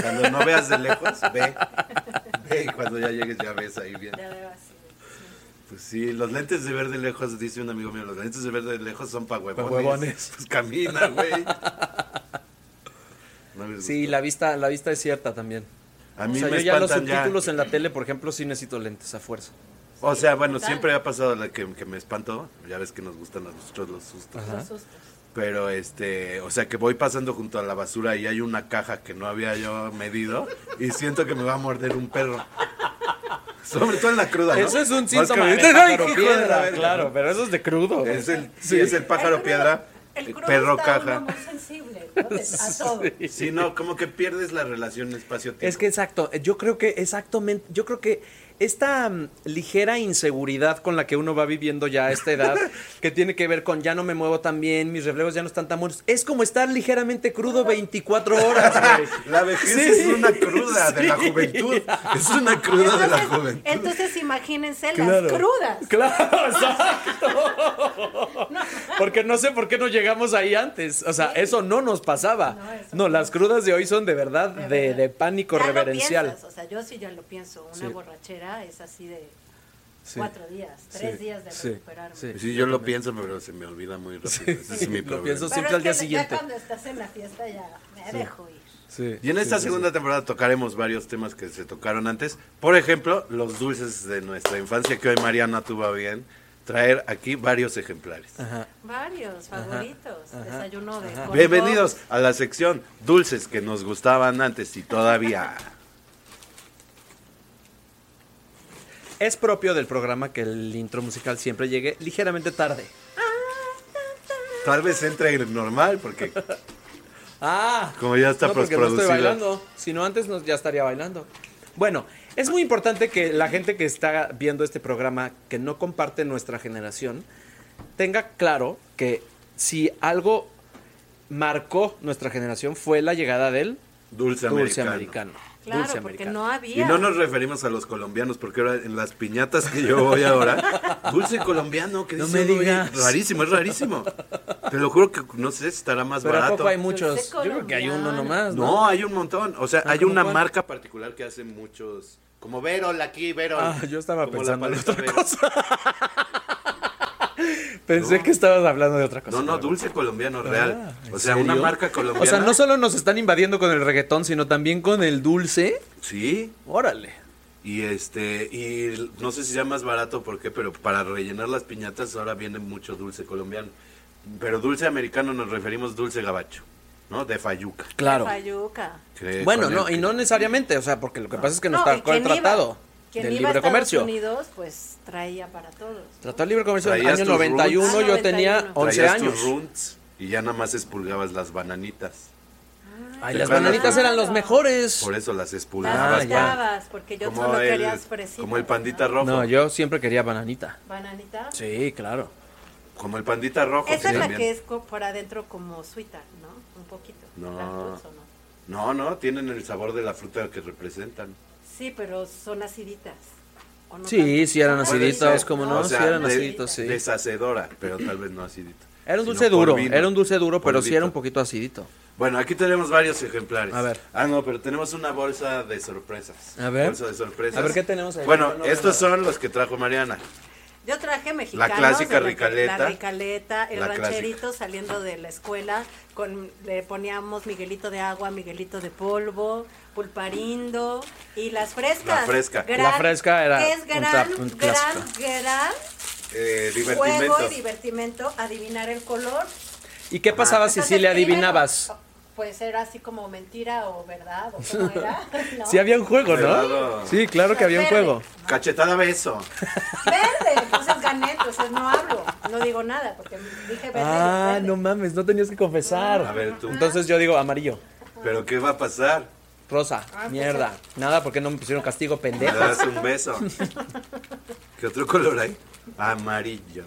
Speaker 1: Cuando no veas de lejos, ve. Ve y cuando ya llegues ya ves ahí bien.
Speaker 3: Ya veo así. sí.
Speaker 1: Pues sí, los lentes de ver de lejos, dice un amigo mío, los lentes de ver de lejos son pa' huevones.
Speaker 2: Pa' huevones.
Speaker 1: Pues camina, güey. No les
Speaker 2: sí,
Speaker 1: gustó.
Speaker 2: la vista la vista es cierta también.
Speaker 1: A mí
Speaker 2: o sea,
Speaker 1: me
Speaker 2: yo ya los
Speaker 1: espantan
Speaker 2: subtítulos en la tele, por ejemplo, sí necesito lentes a fuerza.
Speaker 1: O sea, bueno,
Speaker 3: Total.
Speaker 1: siempre ha pasado la que, que me espanto. Ya ves que nos gustan a nosotros los sustos.
Speaker 3: Los sustos.
Speaker 1: Pero este, o sea, que voy pasando junto a la basura y hay una caja que no había yo medido y siento que me va a morder un perro. Sobre todo en la cruda, ¿no?
Speaker 2: Eso es un
Speaker 1: Más
Speaker 2: síntoma
Speaker 1: que
Speaker 2: de
Speaker 1: ahorita, ¡ay,
Speaker 2: pájaro
Speaker 1: hijo de la
Speaker 2: piedra,
Speaker 1: verga!
Speaker 2: claro, pero eso es de crudo.
Speaker 1: Es el, sí, es el pájaro
Speaker 3: crudo-
Speaker 1: piedra,
Speaker 3: El
Speaker 1: eh,
Speaker 3: crudo
Speaker 1: perro
Speaker 3: está uno
Speaker 1: caja.
Speaker 3: muy sensible ¿no? De- a todo.
Speaker 1: Sí, no, como que pierdes la relación espacio-tiempo.
Speaker 2: Es que exacto, eh, yo creo que exactamente, yo creo que esta mm, ligera inseguridad con la que uno va viviendo ya a esta edad, que tiene que ver con ya no me muevo tan bien, mis reflejos ya no están tan buenos, es como estar ligeramente crudo 24 horas, güey.
Speaker 1: La vejez es una cruda de la juventud. Es una cruda de la juventud.
Speaker 3: Entonces imagínense
Speaker 2: Claro.
Speaker 3: las crudas.
Speaker 2: Claro, exacto. Porque no sé por qué no llegamos ahí antes. O sea, eso no nos pasaba.
Speaker 3: No, eso
Speaker 2: No,
Speaker 3: no.
Speaker 2: las crudas de hoy son de verdad de, de pánico
Speaker 3: Ya lo
Speaker 2: reverencial.
Speaker 3: piensas, o sea, yo sí ya lo pienso. Una
Speaker 2: Sí.
Speaker 3: borrachera es así de
Speaker 2: Sí.
Speaker 3: cuatro días, tres
Speaker 2: Sí,
Speaker 3: días de
Speaker 2: sí,
Speaker 3: recuperarme.
Speaker 2: sí.
Speaker 1: Sí, yo lo pienso, pero se me olvida muy rápido. Ese es mi
Speaker 2: lo
Speaker 1: problema.
Speaker 2: pienso
Speaker 3: Pero
Speaker 2: Siempre
Speaker 3: es
Speaker 2: al día
Speaker 3: que
Speaker 2: siguiente.
Speaker 3: Ya cuando estás en la fiesta ya me dejo ir.
Speaker 2: Sí,
Speaker 1: Y en
Speaker 2: sí,
Speaker 1: esta
Speaker 2: sí,
Speaker 1: segunda temporada tocaremos varios temas que se tocaron antes. Por ejemplo, los dulces de nuestra infancia que hoy Mariana tuvo a bien traer aquí varios ejemplares.
Speaker 2: sí. Ajá.
Speaker 3: Varios favoritos.
Speaker 2: ajá,
Speaker 3: Desayuno de hot dog.
Speaker 1: Bienvenidos a la sección dulces que nos gustaban antes y todavía.
Speaker 2: Es propio del programa que el intro musical siempre llegue ligeramente tarde.
Speaker 1: Tal vez entre el normal porque
Speaker 2: Ah,
Speaker 1: Como ya está
Speaker 2: no, porque no estoy
Speaker 1: postproducido.
Speaker 2: bailando. Si no, antes no- ya estaría bailando. Bueno, es muy importante que la gente que está viendo este programa, que no comparte nuestra generación, tenga claro que si algo marcó nuestra generación fue la llegada del
Speaker 1: dulce,
Speaker 2: dulce
Speaker 1: americano.
Speaker 2: americano.
Speaker 3: Claro,
Speaker 2: Dulce
Speaker 3: porque
Speaker 2: americano.
Speaker 3: no
Speaker 1: Y
Speaker 3: había.
Speaker 1: no nos referimos a los colombianos porque ahora en las piñatas que yo voy ahora, dulce colombiano, que
Speaker 2: No
Speaker 1: dice
Speaker 2: me
Speaker 1: uno, "Oye,
Speaker 2: digas".
Speaker 1: rarísimo, es rarísimo. Te lo juro que no sé, estará más
Speaker 2: Pero ¿a
Speaker 1: barato.
Speaker 2: poco hay muchos. Yo
Speaker 3: Dulce
Speaker 2: creo que hay uno
Speaker 3: colombiano.
Speaker 2: nomás. No,
Speaker 1: No, hay un montón. O sea,
Speaker 2: Ah,
Speaker 1: hay
Speaker 2: ¿cómo
Speaker 1: una
Speaker 2: cuál?
Speaker 1: marca particular que hace muchos. Como Verol aquí, Verol.
Speaker 2: Ah, yo estaba
Speaker 1: Como la
Speaker 2: pensando en
Speaker 1: paleta
Speaker 2: otra
Speaker 1: Verol.
Speaker 2: cosa. Pensé que estabas hablando de otra cosa.
Speaker 1: No, no,
Speaker 2: la verdad.
Speaker 1: dulce colombiano real.
Speaker 2: Ah, ¿en
Speaker 1: O sea, una
Speaker 2: serio?
Speaker 1: marca colombiana.
Speaker 2: O sea, no solo nos están invadiendo con el reggaetón, sino también con el dulce.
Speaker 1: Sí.
Speaker 2: Órale.
Speaker 1: Y este, y no sé si sea más barato porque, pero para rellenar las piñatas ahora viene mucho dulce colombiano. Pero dulce americano nos referimos dulce gabacho, ¿no? De fayuca.
Speaker 2: Claro.
Speaker 3: Fayuca.
Speaker 1: Que
Speaker 2: Bueno,
Speaker 1: con
Speaker 2: no,
Speaker 1: el
Speaker 2: y
Speaker 1: que-
Speaker 2: no necesariamente, o sea, porque lo que pasa es que no,
Speaker 3: No,
Speaker 2: está
Speaker 3: y
Speaker 2: con el
Speaker 3: quien iba-
Speaker 2: tratado
Speaker 3: quien
Speaker 2: del
Speaker 3: iba a
Speaker 2: libre
Speaker 3: Estados
Speaker 2: comercio.
Speaker 3: Unidos, pues traía para todos.
Speaker 2: Tratado de libre comercio del
Speaker 1: Traías
Speaker 2: año
Speaker 1: tus
Speaker 2: 91,
Speaker 3: roots.
Speaker 2: yo
Speaker 3: Ah,
Speaker 2: tenía
Speaker 3: 91.
Speaker 2: 11
Speaker 1: traías
Speaker 2: años.
Speaker 1: tus runts y ya nada más expulgabas las bananitas.
Speaker 2: Ay,
Speaker 1: ¿Te acuerdas?
Speaker 2: las bananitas eran los mejores.
Speaker 1: Por eso las expulgabas.
Speaker 3: Las
Speaker 2: Ah, ya.
Speaker 1: para-
Speaker 3: quitabas, porque yo
Speaker 1: como
Speaker 3: solo
Speaker 1: el-
Speaker 3: quería fresita.
Speaker 1: Como el pandita rojo.
Speaker 2: No, yo siempre quería bananita.
Speaker 3: Bananita.
Speaker 2: Sí, claro.
Speaker 1: Como el pandita rojo.
Speaker 3: Esa
Speaker 1: sí,
Speaker 3: es la
Speaker 1: también.
Speaker 3: que es co- por adentro como suita, ¿no? Un poquito.
Speaker 1: No.
Speaker 3: La dulce, ¿o no?
Speaker 1: No, no, tienen el sabor de la fruta que representan.
Speaker 3: Sí, pero son aciditas. ¿o no
Speaker 2: Sí,
Speaker 3: tanto?
Speaker 2: sí eran
Speaker 3: Ah,
Speaker 2: aciditas,
Speaker 3: puede ser.
Speaker 2: como no,
Speaker 3: O
Speaker 2: sí
Speaker 3: sea,
Speaker 2: eran
Speaker 3: de-
Speaker 2: aciditos, sí.
Speaker 1: Deshacedora, pero tal vez no acidita.
Speaker 2: Era un
Speaker 1: sino
Speaker 2: dulce
Speaker 1: por
Speaker 2: duro,
Speaker 1: vino.
Speaker 2: era un dulce duro, pero sí
Speaker 1: Polvito.
Speaker 2: era un poquito acidito.
Speaker 1: Bueno, aquí tenemos varios ejemplares.
Speaker 2: A ver.
Speaker 1: Ah, no, pero tenemos una bolsa de sorpresas.
Speaker 2: A ver.
Speaker 1: Bolsa de sorpresas.
Speaker 2: A ver, ¿qué tenemos ahí?
Speaker 1: Bueno,
Speaker 2: No, no,
Speaker 1: estos
Speaker 2: no.
Speaker 1: son los que trajo Mariana.
Speaker 3: Yo traje mexicanos.
Speaker 1: La clásica
Speaker 3: en que-
Speaker 1: ricaleta.
Speaker 3: La ricaleta, el
Speaker 1: La clásica.
Speaker 3: rancherito saliendo de la escuela, con le poníamos Miguelito de agua, Miguelito de polvo, pulparindo y las frescas.
Speaker 1: La fresca.
Speaker 2: La fresca era
Speaker 3: que es
Speaker 2: un
Speaker 3: gran,
Speaker 2: tap- un
Speaker 3: gran,
Speaker 2: clásico.
Speaker 3: gran
Speaker 1: Eh, divertimento.
Speaker 3: juego y divertimento adivinar el color.
Speaker 2: ¿Y qué pasaba si
Speaker 3: Ah, Entonces,
Speaker 2: sí le
Speaker 3: el primero,
Speaker 2: adivinabas?
Speaker 3: Pues era así como mentira o verdad o cómo era.
Speaker 2: Sí
Speaker 3: ¿no?
Speaker 2: había un juego, ¿no?
Speaker 1: Claro.
Speaker 2: Sí, claro que había un
Speaker 3: Verde.
Speaker 2: juego.
Speaker 1: Cachetada beso.
Speaker 3: Verde, entonces gané, entonces no hablo, no digo nada, porque dije verde.
Speaker 2: Ah,
Speaker 3: verde.
Speaker 2: no mames, no tenías que confesar.
Speaker 1: A ver, tú.
Speaker 2: Entonces yo digo amarillo,
Speaker 1: Pero ¿qué va a pasar?
Speaker 2: rosa,
Speaker 3: Ah, pues
Speaker 2: mierda. Nada, porque no me pusieron castigo,
Speaker 1: Le
Speaker 2: pendejo.
Speaker 1: das un beso. ¿Qué otro color hay? Amarillo.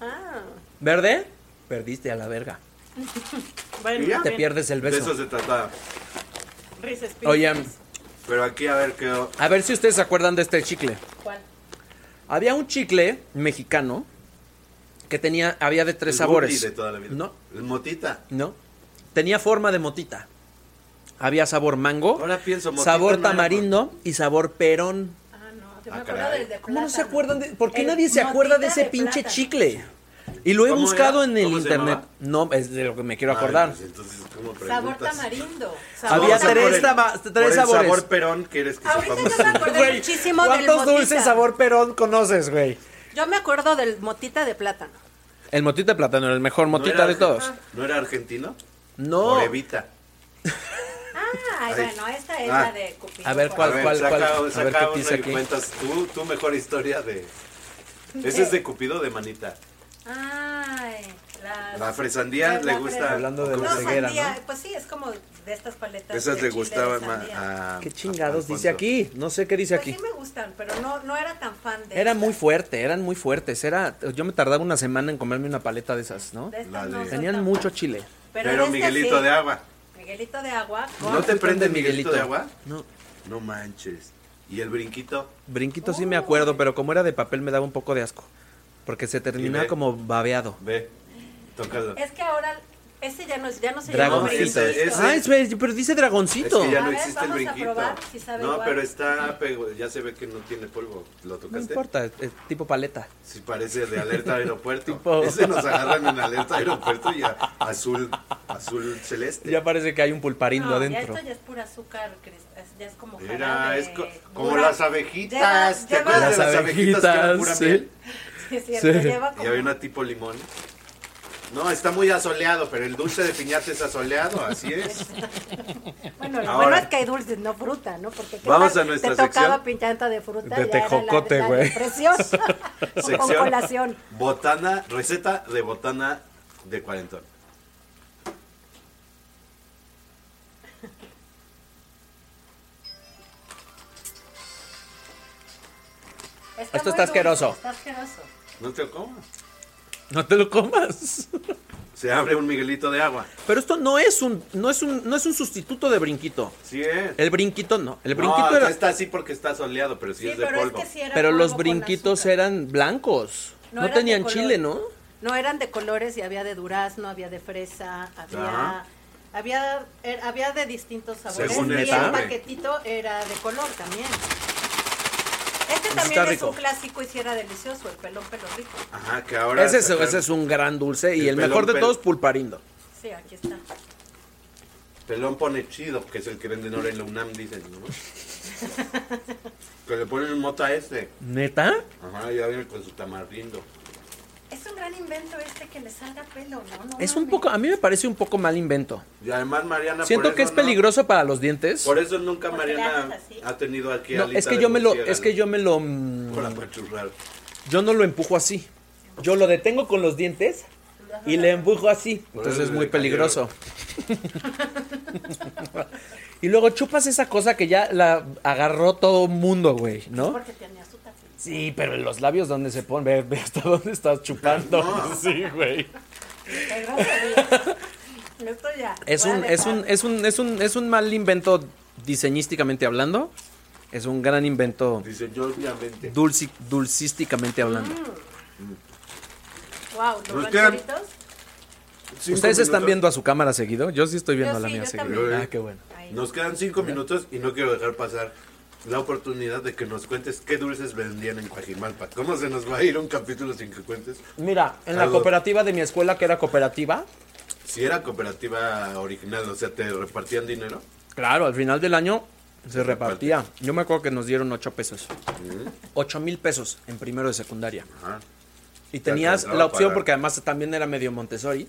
Speaker 3: Ah,
Speaker 2: ¿Verde? Perdiste a la verga.
Speaker 3: bueno,
Speaker 1: ¿Y ya?
Speaker 2: Te pierdes el
Speaker 1: De eso
Speaker 2: beso.
Speaker 1: se trataba.
Speaker 3: Reese's Pieces.
Speaker 2: Oye,
Speaker 1: Pero aquí a ver qué.
Speaker 2: a ver si ustedes se acuerdan de este chicle.
Speaker 3: ¿Cuál?
Speaker 2: Había un chicle mexicano que tenía, había de tres
Speaker 1: el
Speaker 2: sabores.
Speaker 1: Woody de toda la vida.
Speaker 2: No,
Speaker 1: El motita.
Speaker 2: no. Tenía forma de motita. Había sabor mango,
Speaker 1: Ahora pienso, motita no
Speaker 2: sabor
Speaker 1: era
Speaker 2: tamarindo y sabor perón.
Speaker 3: Ah, no, yo
Speaker 1: Ah,
Speaker 3: me acuerdo
Speaker 1: caray.
Speaker 3: del de
Speaker 2: ¿Cómo no se
Speaker 3: plátano.
Speaker 2: acuerdan de.? ¿Por qué
Speaker 3: El
Speaker 2: nadie se acuerda de
Speaker 3: motita
Speaker 2: ese pinche
Speaker 3: plátano.
Speaker 2: chicle? Y lo he
Speaker 1: ¿Cómo
Speaker 2: buscado
Speaker 1: era?
Speaker 2: en el
Speaker 1: ¿Cómo se
Speaker 2: internet.
Speaker 1: llamaba?
Speaker 2: No, es de lo que me quiero
Speaker 1: Ay,
Speaker 2: acordar.
Speaker 1: pues entonces, ¿cómo
Speaker 3: Sabor
Speaker 1: preguntas?
Speaker 3: tamarindo. sabor
Speaker 2: Había
Speaker 1: Vamos a por
Speaker 3: tamarindo.
Speaker 2: tres
Speaker 1: el-
Speaker 2: taba-
Speaker 1: por
Speaker 2: tres
Speaker 1: el
Speaker 2: sabores.
Speaker 1: sabor perón, ¿quieres que
Speaker 3: Ahorita
Speaker 1: sepamos?
Speaker 3: yo me acuerdo
Speaker 2: Güey,
Speaker 3: muchísimo del
Speaker 2: ¿Cuántos
Speaker 3: motita.
Speaker 2: dulces sabor perón conoces, güey?
Speaker 3: Yo me acuerdo del motita de plátano.
Speaker 2: El motita de plátano, el mejor
Speaker 1: ¿No
Speaker 2: motita
Speaker 1: era
Speaker 2: de
Speaker 1: argen-
Speaker 2: todos.
Speaker 1: ¿No era argentino?
Speaker 2: No.
Speaker 1: Por Evita.
Speaker 3: Ah,
Speaker 1: Ay.
Speaker 3: bueno, esta es
Speaker 1: Ah.
Speaker 3: la de Cupido.
Speaker 2: A ver,
Speaker 3: por
Speaker 1: A
Speaker 2: ¿Cuál,
Speaker 1: ver,
Speaker 2: cuál,
Speaker 1: saca,
Speaker 2: cuál? A ver,
Speaker 1: saca
Speaker 2: ¿qué
Speaker 1: uno
Speaker 2: dice
Speaker 1: y
Speaker 2: aquí?
Speaker 1: cuentas tú, tu mejor historia de... Ese es de Cupido de Manita.
Speaker 3: Ay, la,
Speaker 1: La fresandía le gusta- Hablando
Speaker 2: de la
Speaker 3: no,
Speaker 2: ceguera,
Speaker 3: sandía,
Speaker 2: ¿no?
Speaker 3: Pues sí, es como de estas paletas.
Speaker 1: Esas
Speaker 3: de
Speaker 1: le ah.
Speaker 3: chile
Speaker 1: gustaban
Speaker 3: de
Speaker 1: ma-
Speaker 3: sandía.
Speaker 1: a...
Speaker 2: ¿Qué chingados
Speaker 1: a
Speaker 2: dice
Speaker 1: Alfonso.
Speaker 2: aquí? No sé qué dice
Speaker 3: Pues
Speaker 2: aquí.
Speaker 3: sí me gustan, pero no, no era tan fan de
Speaker 2: Era
Speaker 3: estas.
Speaker 2: muy fuerte, eran muy fuertes. Era, yo me tardaba una semana en comerme una paleta de esas, ¿no?
Speaker 3: De estas
Speaker 1: La
Speaker 3: no
Speaker 1: de-
Speaker 3: son
Speaker 2: Tenían
Speaker 3: tan
Speaker 2: mucho
Speaker 3: fan.
Speaker 2: chile.
Speaker 1: Pero,
Speaker 3: de este
Speaker 1: Miguelito
Speaker 3: sí.
Speaker 1: de agua.
Speaker 3: Miguelito de agua. con-
Speaker 1: ¿No te prende
Speaker 2: Con
Speaker 1: Miguelito de agua?
Speaker 2: No.
Speaker 1: No manches. ¿Y el brinquito?
Speaker 2: Brinquito sí me acuerdo, pero como era de papel me daba un poco de asco. Porque se terminaba
Speaker 1: ve.
Speaker 2: como babeado.
Speaker 1: Ve, tócalo.
Speaker 3: Es que ahora ese ya no, es- ya no se llama
Speaker 2: Dragoncito.
Speaker 3: brinquito.
Speaker 1: ese- ese-
Speaker 2: Ah, es- pero dice dragoncito.
Speaker 1: Es que ya
Speaker 3: A
Speaker 1: no
Speaker 3: ver,
Speaker 1: existe el
Speaker 3: vamos a
Speaker 1: brinquito.
Speaker 3: probar si sabe
Speaker 1: no,
Speaker 3: igual.
Speaker 1: pero está pego- ya se ve que no tiene polvo. ¿Lo
Speaker 2: No
Speaker 1: tocaste?
Speaker 2: importa, es- es tipo paleta.
Speaker 1: Sí, parece de alerta aeropuerto.
Speaker 2: Tipo-
Speaker 1: Ese nos agarran en alerta aeropuerto y a- azul, azul celeste.
Speaker 2: Ya parece que hay un pulparindo
Speaker 3: No, ya
Speaker 2: adentro.
Speaker 3: esto ya es pura azúcar, Cris, es- ya es como
Speaker 1: Era,
Speaker 3: jarabe
Speaker 1: es co- como
Speaker 3: pura-
Speaker 1: las abejitas.
Speaker 3: Lleva-
Speaker 1: ¿Te acuerdas de
Speaker 2: lleva-
Speaker 1: las abejitas que eran pura
Speaker 2: Las abejitas,
Speaker 1: miel?
Speaker 3: Sí, es cierto,
Speaker 2: Sí.
Speaker 3: lleva
Speaker 1: Y
Speaker 3: como-
Speaker 1: había una tipo limón. No, está muy asoleado, pero el dulce de piñata es asoleado, así es.
Speaker 3: Bueno, lo
Speaker 1: Ahora.
Speaker 3: bueno es que hay dulces, no fruta, ¿no? Porque ¿qué
Speaker 1: Vamos
Speaker 3: tal?
Speaker 1: a nuestra
Speaker 3: Te tocaba
Speaker 1: sección.
Speaker 3: piñata de fruta.
Speaker 2: De
Speaker 3: ya era la-
Speaker 2: tejocote,
Speaker 3: la
Speaker 2: güey.
Speaker 3: depresión. O Con
Speaker 1: Sección.
Speaker 3: colación.
Speaker 1: Botana, receta de botana de cuarentón.
Speaker 3: Está
Speaker 2: Esto
Speaker 3: muy
Speaker 2: está
Speaker 3: dulce,
Speaker 2: asqueroso.
Speaker 3: Está asqueroso.
Speaker 1: No te lo comas.
Speaker 2: No te lo comas.
Speaker 1: Se abre un miguelito de agua.
Speaker 2: Pero esto no es un, no es un, no es un sustituto de brinquito.
Speaker 1: Sí es.
Speaker 2: El brinquito no. El
Speaker 1: No,
Speaker 2: brinquito era.
Speaker 1: está así porque está soleado, pero sí,
Speaker 3: Sí,
Speaker 1: es de
Speaker 3: pero es
Speaker 1: polvo.
Speaker 3: que sí era
Speaker 2: Pero los
Speaker 3: polvo con
Speaker 2: brinquitos
Speaker 3: azúcar.
Speaker 2: eran blancos. No,
Speaker 3: eran de
Speaker 2: tenían
Speaker 3: color.
Speaker 2: chile, ¿no?
Speaker 3: No eran de colores y había de durazno, había de fresa, había
Speaker 1: Ajá.
Speaker 3: había er- había de distintos sabores.
Speaker 1: Según
Speaker 3: y el
Speaker 1: esta, güey.
Speaker 3: paquetito era de color también. Este
Speaker 2: Está
Speaker 3: también es
Speaker 2: rico.
Speaker 3: un clásico y si era delicioso, el pelón pelo rico.
Speaker 1: Ajá, que ahora.
Speaker 2: Ese es,
Speaker 1: sacaron-
Speaker 2: ese es un gran dulce y
Speaker 1: El
Speaker 2: el, mejor
Speaker 1: pelón,
Speaker 2: de
Speaker 1: pero-
Speaker 2: todos, pulparindo.
Speaker 3: Sí, aquí está.
Speaker 1: Pelón pone chido, que es el que venden ahora en la UNAM, dicen, ¿no? que le ponen mota a este.
Speaker 2: ¿Neta?
Speaker 1: Ajá, ya viene con su tamarindo.
Speaker 3: Es un gran invento este que le salga pelo, ¿no? No
Speaker 2: Es un
Speaker 3: mames.
Speaker 2: poco, a mí me parece un poco mal invento.
Speaker 1: Y además Mariana.
Speaker 2: Siento
Speaker 1: por
Speaker 2: que es
Speaker 1: eso no-
Speaker 2: peligroso para los dientes.
Speaker 1: Por eso nunca
Speaker 3: Porque le
Speaker 1: Mariana
Speaker 3: haces así.
Speaker 1: ha tenido aquí
Speaker 2: No,
Speaker 1: alita
Speaker 2: es que
Speaker 1: de
Speaker 2: yo me lo,
Speaker 1: murciélago
Speaker 2: es que yo me lo, mm,
Speaker 1: Para apachurrar.
Speaker 2: yo no lo empujo así. Yo lo detengo con los dientes y le empujo así.
Speaker 1: Por eso
Speaker 2: Entonces es
Speaker 1: le
Speaker 2: muy
Speaker 1: cayeron.
Speaker 2: peligroso. y luego chupas esa cosa que ya la agarró todo mundo, güey, ¿no?
Speaker 3: Porque tenía su tapita.
Speaker 2: Sí, pero en los labios donde se pone, ve, ve hasta dónde estás chupando.
Speaker 1: No.
Speaker 2: Sí, güey.
Speaker 3: Pero sabía. Esto ya.
Speaker 2: Es
Speaker 3: voy a
Speaker 2: un, es
Speaker 3: dejar.
Speaker 2: un, es un, es un, es un mal invento diseñísticamente hablando. Es un gran invento
Speaker 1: Dice yo obviamente.
Speaker 2: dulci- dulcísticamente hablando.
Speaker 3: Wow, los
Speaker 1: Nos Pues quedan
Speaker 3: rancheritos.
Speaker 1: Cinco
Speaker 2: ¿Ustedes están
Speaker 1: minutos. eh,
Speaker 2: viendo a su cámara seguido? Yo sí estoy viendo
Speaker 3: Yo
Speaker 2: a la
Speaker 3: sí,
Speaker 2: mía
Speaker 3: yo
Speaker 2: seguido.
Speaker 3: también.
Speaker 2: Ah, qué bueno.
Speaker 3: Ahí.
Speaker 1: Nos quedan cinco minutos y no quiero dejar pasar la oportunidad de que nos cuentes qué dulces vendían en Coajimalpa. ¿Cómo se nos va a ir un capítulo sin que cuentes?
Speaker 2: Mira, en la
Speaker 1: Algo.
Speaker 2: cooperativa de mi escuela, que era cooperativa,
Speaker 1: Si era cooperativa original, o sea, te repartían dinero.
Speaker 2: Claro, al final del año se repartía. Yo me acuerdo que nos dieron 8 pesos. 8 mil pesos en primero de secundaria.
Speaker 1: Ajá.
Speaker 2: Y
Speaker 1: Te
Speaker 2: tenías
Speaker 1: alcanzaba
Speaker 2: la
Speaker 1: a
Speaker 2: opción,
Speaker 1: pagar.
Speaker 2: porque además también era medio Montessori,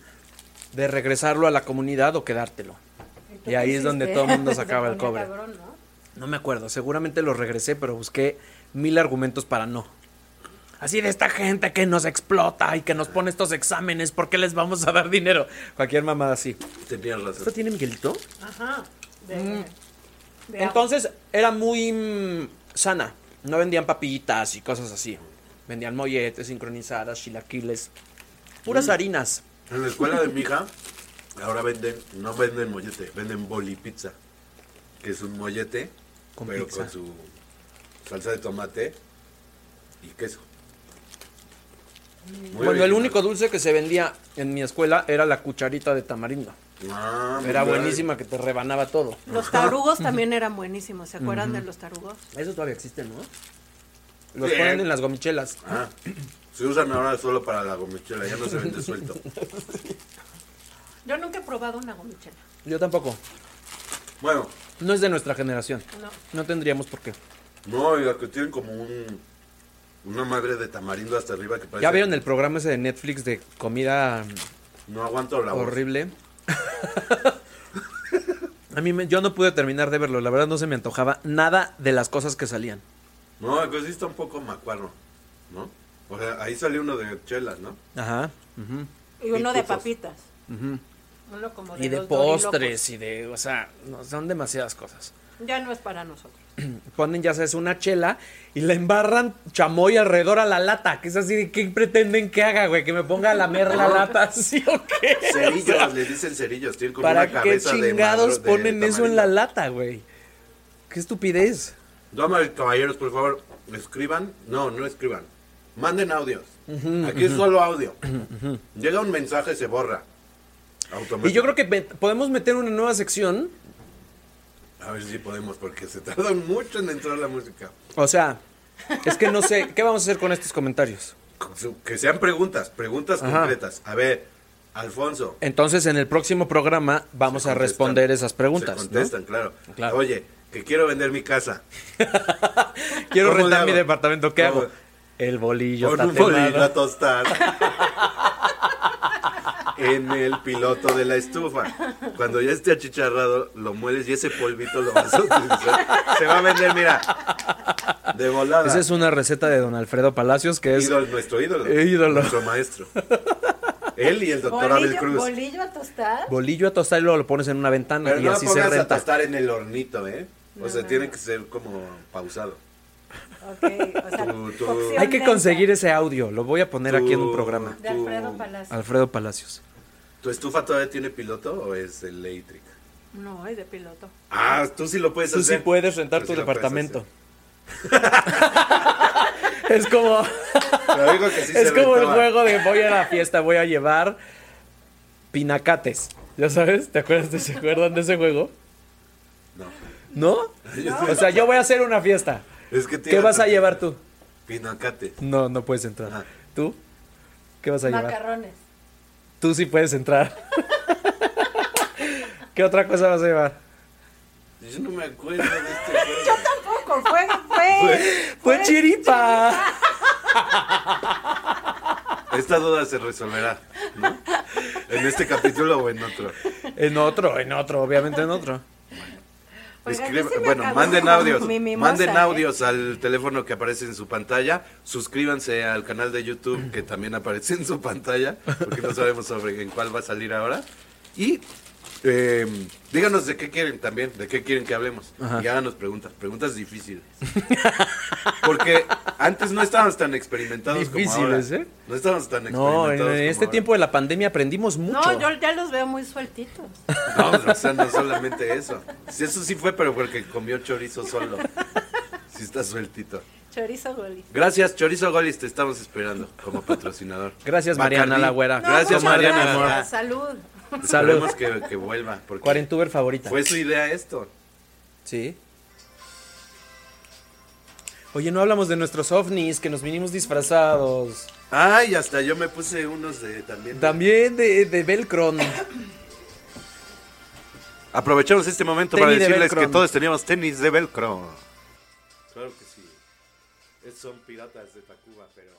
Speaker 2: de regresarlo a la comunidad o quedártelo. Y ahí es donde todo el mundo sacaba el cobre.
Speaker 3: ¿eh? Cabrón, ¿no?
Speaker 2: No me acuerdo, seguramente lo regresé, pero busqué mil argumentos para no. Así de esta gente que nos explota y que nos pone estos exámenes, ¿por qué les vamos a dar dinero? Cualquier mamada así.
Speaker 1: Tenías razón.
Speaker 2: ¿Esto tiene Miguelito?
Speaker 3: Ajá. De, de
Speaker 2: Mm. Entonces era muy mm, sana. No vendían papillitas y cosas así. Vendían molletes, sincronizadas, chilaquiles. Puras harinas.
Speaker 1: En la escuela de mi hija, ahora venden, no venden mollete, venden boli pizza, que es un mollete,
Speaker 2: Con
Speaker 1: pero
Speaker 2: pizza.
Speaker 1: con su salsa de tomate y queso. Muy
Speaker 2: bueno, el
Speaker 1: original.
Speaker 2: único dulce que se vendía en mi escuela era la cucharita de tamarindo.
Speaker 1: Ah, muy
Speaker 2: Era
Speaker 1: bien.
Speaker 2: buenísima que te rebanaba todo.
Speaker 3: Los tarugos también eran buenísimos, ¿se acuerdan de los tarugos?
Speaker 2: Eso todavía existe, ¿no? Los
Speaker 1: Sí.
Speaker 2: ponen en las gomichelas.
Speaker 1: Ah, se usan ahora solo para la gomichela, ya no se vende suelto.
Speaker 3: Yo nunca he probado una gomichela.
Speaker 2: Yo tampoco.
Speaker 1: Bueno,
Speaker 2: No es de nuestra generación.
Speaker 3: No.
Speaker 2: No tendríamos por qué.
Speaker 1: Pues no, y la que tienen como un, una madre de tamarindo hasta arriba que parece...
Speaker 2: ¿Ya vieron el programa ese de Netflix de comida mm,
Speaker 1: No aguanto la voz.
Speaker 2: horrible. A mí me- yo no pude terminar de verlo, la verdad no se me antojaba nada de las cosas que salían.
Speaker 1: No, pues sí está un poco macuarro, ¿no? O sea, ahí salió uno de chelas, ¿no?
Speaker 2: Ajá. ujú,
Speaker 3: Y uno de
Speaker 1: Pitufos.
Speaker 3: papitas.
Speaker 2: ujú.
Speaker 3: Uno como de
Speaker 2: Y de
Speaker 3: los dorilocos.
Speaker 2: postres y de, o sea, no, son demasiadas cosas.
Speaker 3: Ya no es para nosotros.
Speaker 2: Ponen ya sabes una chela y la embarran chamoy alrededor a la lata, que es así de qué pretenden que haga, güey, que me ponga a lamer la lata, ¿sí o qué? O sea,
Speaker 1: Cerillos, le dicen cerillos, tienen como una
Speaker 2: ¿Para qué
Speaker 1: cabeza de
Speaker 2: chingados
Speaker 1: madro- de
Speaker 2: ponen eso en la
Speaker 1: tamarindo.
Speaker 2: lata, güey? Qué estupidez.
Speaker 1: Damas y caballeros, por favor, escriban. No, no escriban. Manden audios. Aquí es solo audio. Llega un mensaje, se borra. Automático.
Speaker 2: Y yo creo que me- podemos meter una nueva sección
Speaker 1: A ver si podemos, porque se tardan mucho en entrar la música.
Speaker 2: O sea, es que no sé, ¿qué vamos a hacer con estos comentarios?
Speaker 1: Con su- Que sean preguntas, preguntas
Speaker 2: Ajá.
Speaker 1: concretas. A ver, Alfonso.
Speaker 2: Entonces, en el próximo programa vamos
Speaker 1: se
Speaker 2: a
Speaker 1: contestan.
Speaker 2: responder esas
Speaker 1: Se
Speaker 2: preguntas. ¿no?
Speaker 1: contestan, claro.
Speaker 2: Claro.
Speaker 1: Oye, que quiero vender mi casa.
Speaker 2: Quiero
Speaker 1: ¿Cómo le
Speaker 2: rentar
Speaker 1: hago?
Speaker 2: mi departamento, ¿qué
Speaker 1: ¿Cómo?
Speaker 2: hago? El bolillo
Speaker 1: con
Speaker 2: está
Speaker 1: un bolillo a
Speaker 2: temado.
Speaker 1: tostar. en el piloto de la estufa. Cuando ya esté achicharrado, lo mueles y ese polvito lo vas a utilizar. Se va a vender, mira. De volada.
Speaker 2: Esa es una receta de don Alfredo Palacios que es... Eh,
Speaker 1: Ídolo- nuestro ídolo.
Speaker 2: Ídolo.
Speaker 1: Nuestro maestro. Él y el doctor Abel
Speaker 3: Bolillo,
Speaker 1: Cruz.
Speaker 3: bolillo a tostar.
Speaker 2: Bolillo a tostar y luego lo pones en una ventana
Speaker 1: Pero
Speaker 2: y
Speaker 1: no lo
Speaker 2: así se
Speaker 1: pongas a
Speaker 2: renta.
Speaker 1: tostar en el hornito, ¿eh? O sea, tiene que ser como pausado.
Speaker 3: Ok, o sea,
Speaker 1: Tú, tú.
Speaker 3: cocción
Speaker 2: Hay que
Speaker 3: lenta.
Speaker 2: conseguir ese audio, lo voy a poner aquí en un
Speaker 1: Tu-
Speaker 2: programa.
Speaker 3: De Alfredo
Speaker 1: tu-
Speaker 3: Palacio.
Speaker 2: Alfredo Palacios.
Speaker 1: ¿Tu estufa todavía tiene piloto o es eléctrica?
Speaker 3: No, es de piloto.
Speaker 1: Ah, tú sí lo puedes
Speaker 2: Tú sí
Speaker 1: hacer.
Speaker 2: puedes rentar
Speaker 1: Tú
Speaker 2: tu
Speaker 1: Pues sí lo puedes
Speaker 2: departamento. es como...
Speaker 1: hacer. Lo digo que sí
Speaker 2: es
Speaker 1: se
Speaker 2: como el
Speaker 1: rentaba.
Speaker 2: juego de voy a la fiesta, voy a llevar pinacates. ¿Ya sabes? ¿Te acuerdas de, se acuerdan de ese juego?
Speaker 1: No.
Speaker 2: ¿No? O sea, yo voy a hacer una fiesta.
Speaker 1: Es que
Speaker 2: ¿Qué
Speaker 1: tiene-
Speaker 2: vas a llevar tú?
Speaker 1: Pinacate.
Speaker 2: No, no puedes entrar.
Speaker 1: Ah.
Speaker 2: ¿Tú? ¿Qué vas a llevar?
Speaker 3: Macarrones.
Speaker 2: Tú sí puedes entrar. ¿Qué otra cosa vas a llevar?
Speaker 1: Yo no me acuerdo de este juego.
Speaker 3: Tampoco, fue, fue.
Speaker 2: Pues chiripa.
Speaker 1: Esta duda se resolverá, ¿no? En este capítulo o en otro.
Speaker 2: En otro, en otro, obviamente en otro.
Speaker 3: Oigan,
Speaker 1: Escribe-
Speaker 3: yo sí me
Speaker 1: bueno,
Speaker 3: acabé
Speaker 1: manden
Speaker 3: mi-
Speaker 1: audios.
Speaker 3: mi mimosa,
Speaker 1: manden
Speaker 3: ¿eh?
Speaker 1: audios al teléfono que aparece en su pantalla. Suscríbanse al canal de YouTube que también aparece en su pantalla, porque no sabemos sobre en cuál va a salir ahora. Y eh, díganos de qué quieren también, de qué quieren que hablemos. Y háganos preguntas, preguntas difíciles. Porque antes no estábamos tan experimentados como ahora.
Speaker 2: Difíciles, ¿eh?
Speaker 1: No estábamos tan
Speaker 2: No,
Speaker 1: experimentados.
Speaker 2: en este
Speaker 1: como
Speaker 2: tiempo de la pandemia aprendimos mucho.
Speaker 3: No, yo ya los veo muy sueltitos.
Speaker 1: ahora. No, o sea, no solamente eso. Sí, eso sí fue, pero porque comió chorizo solo. Sí está sueltito.
Speaker 3: Chorizo Goli.
Speaker 1: Gracias, Chorizo Golis, te estamos esperando como patrocinador.
Speaker 2: Gracias, Mariana
Speaker 1: Bacardí.
Speaker 2: la güera.
Speaker 3: No,
Speaker 1: Gracias,
Speaker 3: muchas
Speaker 1: Mariana
Speaker 3: gracias.
Speaker 1: la güera.
Speaker 3: Salud.
Speaker 2: Salud.
Speaker 1: Esperemos que, que vuelva, porque
Speaker 2: Cuarentuber favorita.
Speaker 1: fue su idea esto.
Speaker 2: Sí. Oye, no hablamos de nuestros ovnis que nos vinimos disfrazados.
Speaker 1: Ay, hasta yo me puse unos de
Speaker 2: Eh,
Speaker 1: también.
Speaker 2: También de, de Velcron.
Speaker 1: Aprovechamos este momento
Speaker 2: Tenis
Speaker 1: para
Speaker 2: de
Speaker 1: decirles
Speaker 2: velcro.
Speaker 1: que todos teníamos tenis de velcro. Claro que sí. son piratas de Tacuba, pero...